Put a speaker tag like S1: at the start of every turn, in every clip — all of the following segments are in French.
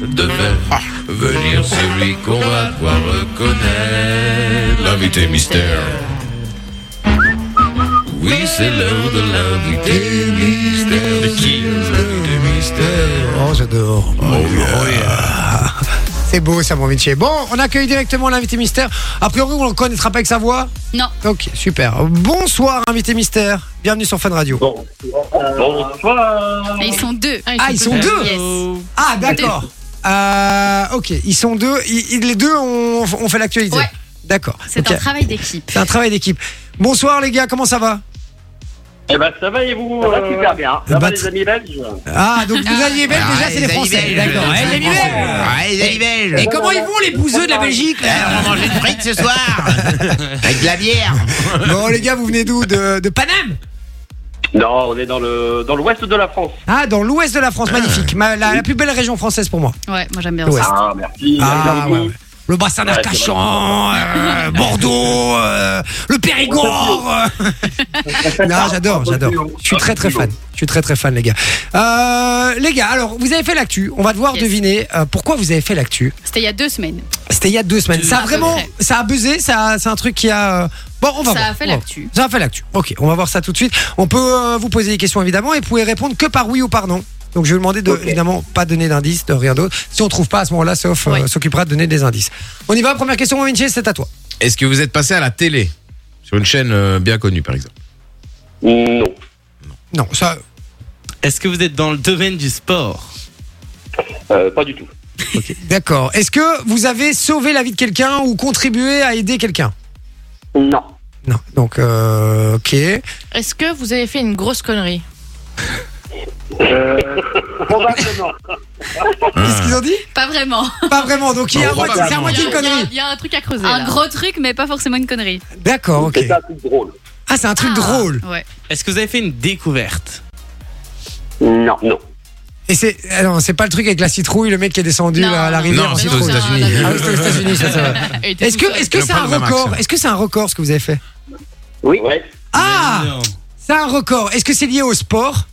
S1: devait venir celui qu'on va devoir reconnaître. L'invité mystère. Oui, c'est l'heure de l'invité mystère. De qui L'invité mystère.
S2: Oh, j'adore.
S1: Oh, yeah.
S2: C'est beau, ça, mon métier. Bon, on accueille directement l'invité mystère. A priori, on ne connaîtra pas avec sa voix.
S3: Non.
S2: Ok, super. Bonsoir, invité mystère. Bienvenue sur Fun Radio.
S3: Mais ils sont deux.
S2: Ah, ils sont deux
S3: Yes.
S2: Ah, d'accord. Euh, ok, ils sont deux. Ils- ils- les deux ont, ont fait l'actualité.
S3: Ouais.
S2: D'accord.
S3: C'est
S2: Ok.
S3: un travail d'équipe.
S2: C'est un travail d'équipe. Bonsoir, les gars, comment ça va
S4: Eh ben ça va et vous
S5: Ça va
S4: euh,
S5: super bien.
S4: Ça va
S2: Bah,
S4: les amis belges
S2: Ah, donc vous alliez belges, déjà, c'est les Français. D'accord.
S1: Ah,
S2: Eh, les Belges. Et comment ils vont, les bouseux de la Belgique, là
S6: On va manger une frite ce soir Avec de la bière
S2: Bon, les gars, vous venez d'où de, de Paname
S4: Non, on est dans le dans l'ouest de la France.
S2: Ah, dans l'ouest de la France, magnifique. Ma- la, la plus belle région française pour moi.
S3: Ouais, moi j'aime bien
S2: Ouais.
S3: ça.
S4: Ah merci.
S2: Ah,
S4: merci beaucoup.
S2: ouais, ouais. Le bassin d'Arcachon, euh, Bordeaux, euh, le Périgord. euh. non, j'adore, j'adore. Je suis très très fan. Je suis très très fan, les gars. Euh, les gars, alors vous avez fait l'actu. On va devoir
S3: Yes.
S2: deviner euh, pourquoi vous avez fait l'actu.
S3: C'était il y a deux semaines.
S2: C'était il y a deux semaines. Ça a
S3: À peu
S2: vraiment,
S3: près.
S2: ça a buzzé. Ça, a- c'est un truc qui a. euh, Bon, on va
S3: Ça
S2: voir,
S3: a fait
S2: on va
S3: l'actu.
S2: voir. Ça a fait l'actu. Ok, on va voir ça tout de suite. On peut euh, vous poser des questions évidemment et vous pouvez répondre que par oui ou par non. Donc je vais vous demander de, évidemment pas donner d'indices, de rien d'autre. Si on trouve pas à ce moment-là, sauf euh,
S3: Ouais.
S2: s'occupera de donner des indices. On y va. Première question, mon Vinci, c'est à toi.
S1: Est-ce que vous êtes passé à la télé Sur une chaîne euh, bien connue, par exemple.
S4: Non.
S2: Non, ça.
S7: Est-ce que vous êtes dans le domaine du sport
S4: Euh, pas du tout.
S2: D'accord. Est-ce que vous avez sauvé la vie de quelqu'un ou contribué à aider quelqu'un
S5: Non.
S2: Non. Donc euh, ok.
S8: Est-ce que vous avez fait une grosse connerie
S5: Probablement.
S2: Qu'est-ce qu'ils ont dit
S3: Pas vraiment.
S2: Pas vraiment. Donc il y a
S1: Ah. Non,
S2: à moitié- c'est à
S1: probablement.
S2: moitié une
S8: Il y a-
S2: connerie.
S8: il y a un truc à creuser.
S3: Un
S8: là.
S3: gros truc, mais pas forcément une connerie.
S2: D'accord. Ok.
S5: C'est un truc drôle.
S2: Ah, c'est un truc
S3: Ah.
S2: drôle.
S3: Ouais.
S7: Est-ce que vous avez fait une découverte
S5: Non, non.
S2: Et c'est ah non, c'est pas le truc avec la citrouille, le mec qui est descendu
S8: Non,
S2: là, à la
S8: non,
S2: rivière
S1: non,
S2: en
S1: c'est
S8: Mais
S1: aux
S2: citrouille.
S8: c'est un-
S1: États-Unis.
S2: Ah oui, c'est aux États-Unis, ça, c'est vrai.
S8: Et t'es
S2: Est-ce
S8: tout
S2: que
S8: seul.
S2: est-ce que
S1: Le
S2: c'est un
S1: programme
S2: record
S1: Axe.
S2: Est-ce que c'est un record ce que vous avez fait
S5: Oui.
S2: Ah,
S7: Non.
S2: c'est un record. Est-ce que c'est lié au sport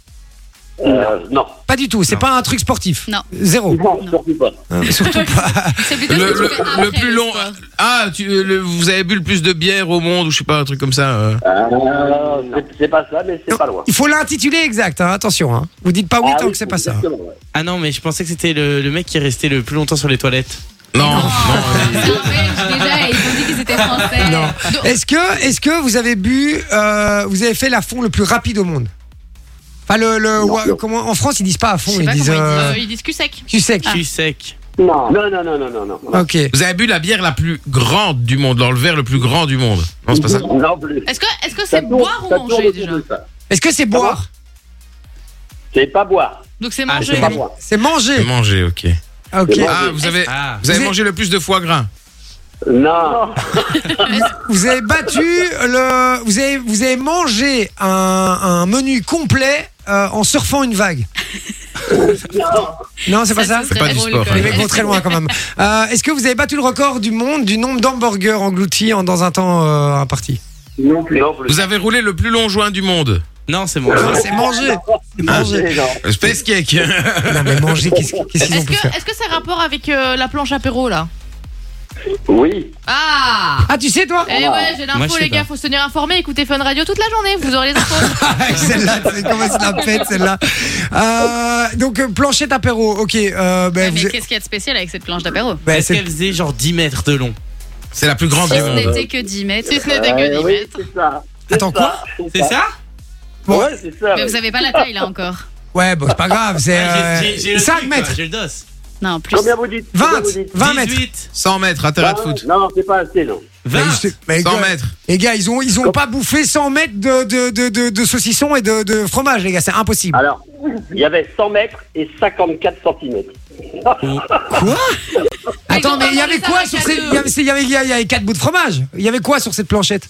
S5: Euh, non. Oh.
S2: Pas du tout. C'est
S1: Non.
S2: pas un truc sportif.
S3: Non.
S2: Zéro.
S5: Non, surtout pas.
S2: Euh, Surtout pas.
S3: C'est plutôt
S1: Le,
S3: ce que tu
S1: le-
S3: fais
S1: le
S3: après
S1: plus
S3: le
S1: long.
S3: sport.
S1: Ah, tu- euh, le- vous avez bu le plus de bière au monde ou je sais pas, un truc comme ça. euh.
S5: Euh, c'est- c'est pas ça, mais c'est
S2: Non.
S5: pas loin.
S2: Il faut l'intituler exact. hein, Attention. Hein. Vous dites pas oui
S5: Ah
S2: tant que c'est pas ça.
S5: exactement, ouais.
S7: Ah non, mais je pensais que c'était le, le mec qui est resté le plus longtemps sur les toilettes.
S1: Non, non.
S3: C'est un belge, déjà, et ils ont dit qu'ils étaient français.
S2: Non. Est-ce que est-ce que vous avez bu euh, Vous avez fait la fond le plus rapide au monde Enfin le, le
S5: Non,
S2: wa-
S5: non.
S2: comment en France ils disent pas à fond
S3: Je sais
S2: ils
S3: pas
S2: disent
S3: comment ils disent.
S2: euh,
S8: Euh, Ils disent cul sec.
S2: tu sais que-
S7: Je suis sec.
S5: Non, non, non, non, non, non. non.
S2: Ok.
S1: Vous avez bu la bière la plus grande du monde, dans le verre le plus grand du monde. Non, c'est pas ça.
S5: Non plus.
S8: Est-ce que est-ce que
S5: Ça
S8: c'est
S5: tourne-
S8: boire ou
S5: ça tourne
S8: manger
S5: autour
S8: déjà
S5: de ça.
S2: Est-ce que c'est boire
S5: C'est pas boire.
S8: Donc c'est
S7: Ah,
S8: manger.
S5: C'est pas boire.
S2: C'est manger.
S1: Manger, ok.
S2: Ok.
S5: C'est
S1: Ah, vous avez,
S7: Ah.
S1: vous avez
S2: Vous
S1: mangé le plus de foie gras.
S5: Non.
S2: Vous avez battu le. Vous avez, vous avez mangé un, un menu complet euh, en surfant une vague. non, c'est pas ça.
S3: ce
S1: C'est
S3: serait
S1: pas du
S3: drôle,
S1: sport,
S3: quand
S1: hein.
S2: Les
S3: même.
S2: mecs vont très loin quand même. Euh, Est-ce que vous avez battu le record du monde du nombre d'hamburgers engloutis en, dans un temps euh, imparti
S5: Non plus. Non plus.
S1: Vous avez roulé le plus long joint du monde.
S7: Non, c'est moi.
S2: Non, C'est manger. C'est manger.
S5: Non.
S1: Space cake.
S2: Non mais manger, qu'est-ce qu'est-ce qu'ils ont
S8: Est-ce
S2: pu faire
S8: que est-ce que c'est rapport avec euh, la planche apéro là
S5: Oui.
S8: Ah
S2: Ah, tu sais toi
S8: Eh ouais, j'ai
S7: Moi, je
S8: l'info
S7: sais
S8: les gars,
S7: pas.
S8: faut se tenir informé, écoutez Fun Radio toute la journée, vous aurez les infos.
S2: Ah, Celle-là, c'est comment elle se la pète celle-là. Euh, donc euh, planchette apéro. Ok. Euh, ben,
S3: Ouais,
S2: vous
S3: Mais
S2: êtes-
S3: qu'est-ce qu'il y a de spécial avec cette planche d'apéro
S2: ben,
S7: Est-ce
S2: c'est-
S7: qu'elle faisait genre 10 mètres de long
S1: C'est la plus grande
S3: Si
S1: du
S3: ce
S1: monde.
S3: n'était que 10 mètres.
S8: Si ce n'était que
S5: Euh,
S8: 10
S5: oui,
S8: mètres.
S5: c'est ça.
S2: Attends, quoi
S5: ça,
S7: C'est ça
S2: Bon.
S5: Ouais, c'est ça.
S3: Mais
S5: ouais.
S3: vous avez pas la taille là encore.
S2: Ouais, bon, c'est pas grave, c'est
S7: Ouais,
S2: euh,
S7: j'ai- j'ai- j'ai le
S2: 5
S7: truc, quoi,
S2: mètres,
S7: J'ai le dos.
S3: Non, en plus.
S5: Combien vous dites Combien
S2: 20,
S5: vous dites
S2: 20 mètres.
S7: 18,
S1: 100 mètres, un terrain de foot.
S5: Non, c'est pas assez, non.
S2: Mais
S7: 20.
S2: je- mais les
S1: 100
S2: gars,
S1: mètres.
S2: Les gars, ils ont, ils ont pas bouffé 100 mètres de, de, de, de, de saucisson et de, de fromage, les gars, c'est impossible.
S5: Alors, il y avait 100 mètres et 54 centimètres.
S2: Attends,
S8: ils ont
S2: mais il y avait
S8: mangé ça
S2: quoi
S8: avec
S2: sur
S8: un
S2: ces. Il y avait, il y avait, il y avait 4 bouts de fromage. Il y avait quoi sur cette planchette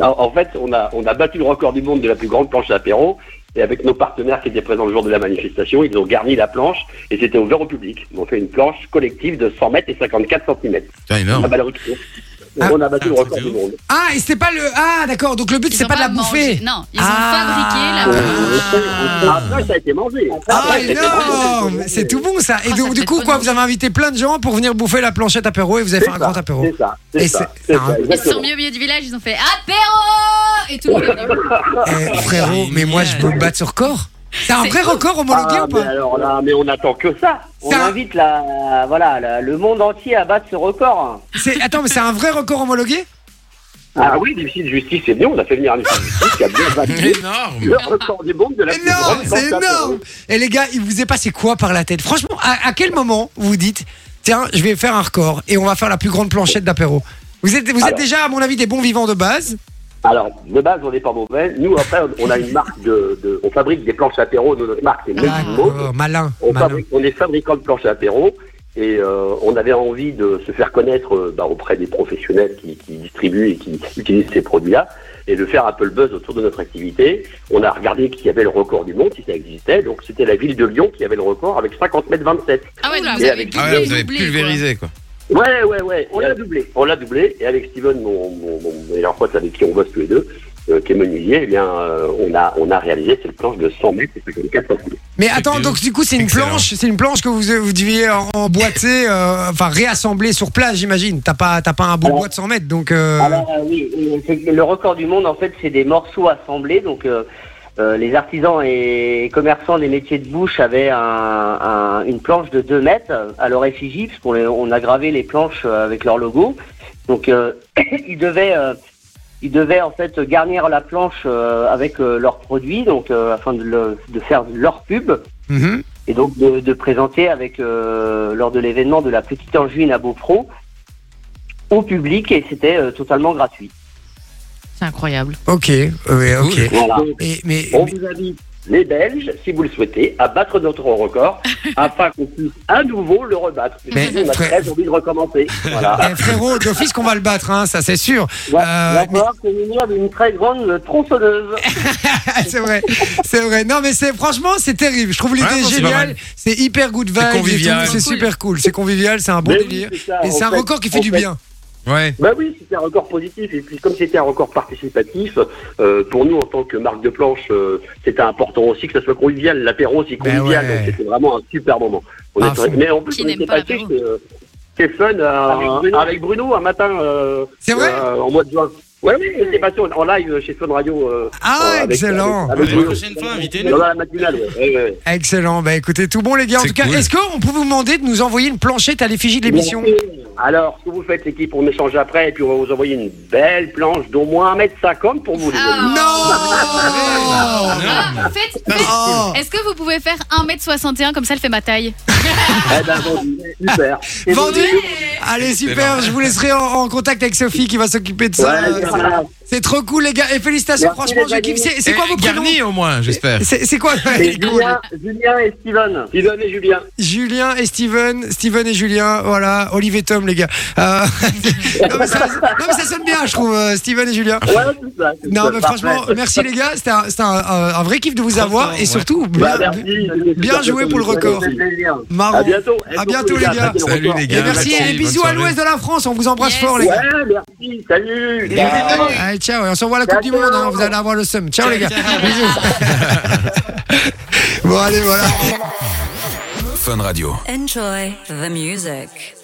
S5: En en fait, on a, on a battu le record du monde de la plus grande planche d'apéro. Et avec nos partenaires qui étaient présents le jour de la manifestation, ils ont garni la planche et c'était ouvert au public. Ils ont fait une planche collective de 100 mètres et 54 centimètres.
S1: Putain, énorme.
S5: Ah bah, la rue-
S2: Ah.
S5: on a battu le
S7: Ah,
S5: record
S7: c'est
S5: du
S7: ouf.
S5: monde.
S2: Ah, et c'était pas le. Ah, d'accord. Donc le but,
S3: Ils
S2: c'est
S3: ont
S2: pas de la
S3: mangé.
S2: bouffer.
S3: Non, ils ont
S2: Ah.
S3: fabriqué la
S5: Euh,
S2: Ah.
S5: Après, ça a été mangé.
S2: Ah,
S5: Après, ça a été
S2: énorme
S5: mangé.
S2: C'est tout bon ça. Et
S3: Ah,
S2: donc,
S3: ça
S2: du
S3: fait
S2: coup,
S3: bon
S2: quoi,
S3: goût.
S2: vous avez invité plein de gens pour venir bouffer la planchette apéro et vous avez fait un
S5: ça,
S2: grand apéro.
S5: C'est ça,
S2: Et
S5: c'est ça,
S2: c'est-
S5: c'est
S2: Ah.
S5: ça,
S3: Ils se sont
S5: exactement.
S3: mis au milieu du village, ils ont fait apéro Et tout le monde est venu.
S2: Eh, frérot, mais moi je veux me battre sur corps. C'est un
S3: C'est
S2: vrai
S3: ouf.
S2: record homologué
S5: Ah,
S2: ou
S5: mais
S2: pas
S5: alors là, mais on attend que ça. euh,
S9: On
S2: Ça-
S9: invite la, voilà, la- le monde entier à battre ce record.
S2: C'est- Attends, mais c'est un vrai record homologué
S5: Ah oui, l'huissier de justice est venu, on a fait venir un huissier de justice qui a bien battu
S1: Énorme
S5: le record du monde de la plus
S2: Énorme,
S5: grande planche
S2: c'est
S5: d'apéro.
S2: énorme Et les gars, il vous est passé quoi par la tête Franchement, à, à quel moment vous vous dites Tiens, je vais faire un record et on va faire la plus grande planchette d'apéro vous êtes, vous êtes
S5: Alors.
S2: déjà, à mon avis, des bons vivants de base.
S5: Alors, de base, on n'est pas mauvais. Nous, après, on- on a une marque de, de- On fabrique des planches apéro de notre marque, c'est Melting Boat.
S2: D'accord, malin,
S5: On,
S2: malin.
S5: fabrique- on est fabricant de planches apéro et euh, on avait envie de se faire connaître euh, bah, auprès des professionnels qui, qui distribuent et qui utilisent ces produits-là et de faire un peu le buzz autour de notre activité. On a regardé qui avait le record du monde, si ça existait. Donc, c'était la ville de Lyon qui avait le record avec 50 mètres 27.
S3: Ah ouais, donc vous avez
S5: Et avec-
S3: doublé,
S1: Ah ouais, vous avez
S3: doublé, quoi.
S1: pulvérisé quoi.
S5: Ouais, ouais, ouais.
S9: On
S5: Et
S9: l'a
S5: avec-
S9: doublé.
S5: On l'a doublé et avec Steven, mon, mon, mon meilleur pote avec qui on bosse tous les deux, euh, qui est menuisier, eh bien, euh, on, a, on a réalisé cette planche de 100 mètres et 54 cm.
S2: Mais
S1: Truc
S2: attends,
S1: de
S2: donc
S1: ouf.
S2: du coup, c'est une
S1: Excellent.
S2: planche, c'est une planche que vous, vous deviez en- emboîter, euh, enfin réassembler sur place, j'imagine. T'as pas, t'as pas un bout de
S9: Alors-
S2: bois de 100 mètres, donc. euh,
S9: Alors euh, oui, et c'est- le record du monde en fait c'est des morceaux assemblés donc. euh, euh, les artisans et commerçants des métiers de bouche avaient un- un- une planche de 2 mètres à leur effigie, puisqu'on les- on a gravé les planches euh, avec leur logo. Donc euh, ils, devaient, euh, ils devaient en fait garnir la planche euh, avec euh, leurs produits, donc euh, afin de, le- de faire leur pub.
S2: mhm.
S9: et donc de, de présenter avec euh, lors de l'événement de la petite Anjuine à Beaupro au public et c'était euh, totalement gratuit.
S8: C'est incroyable.
S2: Ok, ouais, ok.
S5: Voilà.
S2: Et- mais,
S5: On
S2: mais-
S5: vous invite, les Belges, si vous le souhaitez, à battre notre record afin qu'on puisse à nouveau le rebattre.
S2: Mais,
S5: Mais on a
S2: frère-
S5: très envie de recommencer. Voilà.
S2: eh, frérot, d'office qu'on va le battre, hein, ça c'est sûr.
S9: Ouais,
S2: Euh,
S9: il va falloir se munir d'une très grande tronçonneuse.
S2: Ah, c'est vrai, c'est vrai. Non, mais c'est franchement, c'est terrible. Je trouve l'idée
S1: Ouais, non, c'est pas
S2: géniale.
S1: mal.
S2: C'est hyper good vibe. et tout,
S1: convivial.
S2: C'est
S3: Cool.
S2: super cool. C'est convivial, c'est un bon
S5: Mais oui,
S2: délire.
S5: c'est ça,
S2: Et
S5: en
S2: c'est un
S5: fait,
S2: record qui fait
S5: en
S2: du
S5: fait,
S2: bien.
S1: Ouais.
S5: Bah oui, c'était un record positif. Et puis, comme c'était un record participatif, euh, pour nous, en tant que marque de planche, euh, c'était important aussi que ça soit convivial. L'apéro, c'est
S2: Ben
S5: convivial.
S2: ouais.
S5: Donc, c'était vraiment un super moment. On
S2: Ah,
S5: est très-
S2: fou.
S5: Mais en plus,
S3: Qui
S5: on
S3: n'aime
S5: était
S3: pas
S5: passé
S3: l'apéro Ah,
S5: chez, euh, chez Fun euh, avec, Bruno. un matin euh,
S2: C'est vrai
S5: euh, en mois de juin. Ouais, oui, on était passé en- en live chez Fun Radio. euh,
S2: Ah,
S5: euh, avec-
S2: excellent.
S5: avec- avec
S7: Ouais,
S5: Bruno.
S7: la prochaine fois, invitez-nous.
S5: Dans la matinale, ouais. ouais, ouais.
S2: Excellent. Bah écoutez, tout bon les gars. En
S1: C'est
S2: tout cas,
S1: cool.
S2: est-ce qu'on peut vous demander de nous envoyer une planchette à l'effigie de l'émission
S5: Alors, ce que vous faites, l'équipe, on échange après et puis on va vous envoyer une belle planche d'au moins 1m50 pour vous. les
S3: Ah.
S5: amis.
S2: Non
S3: Ah, faites- faites-
S2: Oh.
S3: Est-ce que vous pouvez faire 1m61 comme ça elle fait ma taille
S5: Eh ben, vendu. super.
S9: Et
S2: Vendu
S9: vous-
S2: Allez, super, je vous laisserai en, en contact avec Sophie qui va s'occuper de ça.
S5: Ouais,
S2: C'est-
S5: voilà.
S2: c'est trop cool, les gars. Et félicitations,
S9: Merci,
S2: franchement,
S9: les
S2: je kiffe.
S9: amis.
S2: C'est c'est quoi
S1: Eh,
S2: vos prénoms
S1: Garni au moins, j'espère.
S2: C'est c'est quoi
S9: et Julien, Julien et Steven.
S5: Steven et Julien.
S2: Julien et Steven, Steven et Julien, voilà, Olive et Tom, les gars. Euh, non, mais ça, non, mais ça sonne bien, je trouve, euh, Steven et Julien.
S5: Ouais, c'est ça. c'est
S2: Non,
S5: ça,
S2: mais
S5: parfait.
S2: franchement, merci les gars, c'était un, c'était un- un- un vrai kiff de vous
S7: Trop
S2: avoir
S7: fort,
S2: et
S7: ouais.
S2: surtout, bien,
S5: Bah, merci.
S2: bien joué pour le record.
S5: Merci.
S2: marrant.
S5: À bientôt.
S2: À bientôt, les gars.
S5: Battez le
S1: Salut,
S5: record.
S1: les
S2: Et
S1: gars.
S2: merci,
S1: Merci,
S2: et
S1: bonne
S2: bisous à
S1: soirée.
S2: l'ouest de la France, on vous embrasse
S3: Yes.
S2: fort, les gars.
S5: Ouais, merci. Salut. Bye.
S2: Allez, ciao, et on se revoit à la Coupe du
S5: Ciao.
S2: Monde, hein, vous allez avoir le seum. Ciao, les gars. Bisous. bon, allez, voilà.
S1: Fun Radio.
S10: Enjoy the music.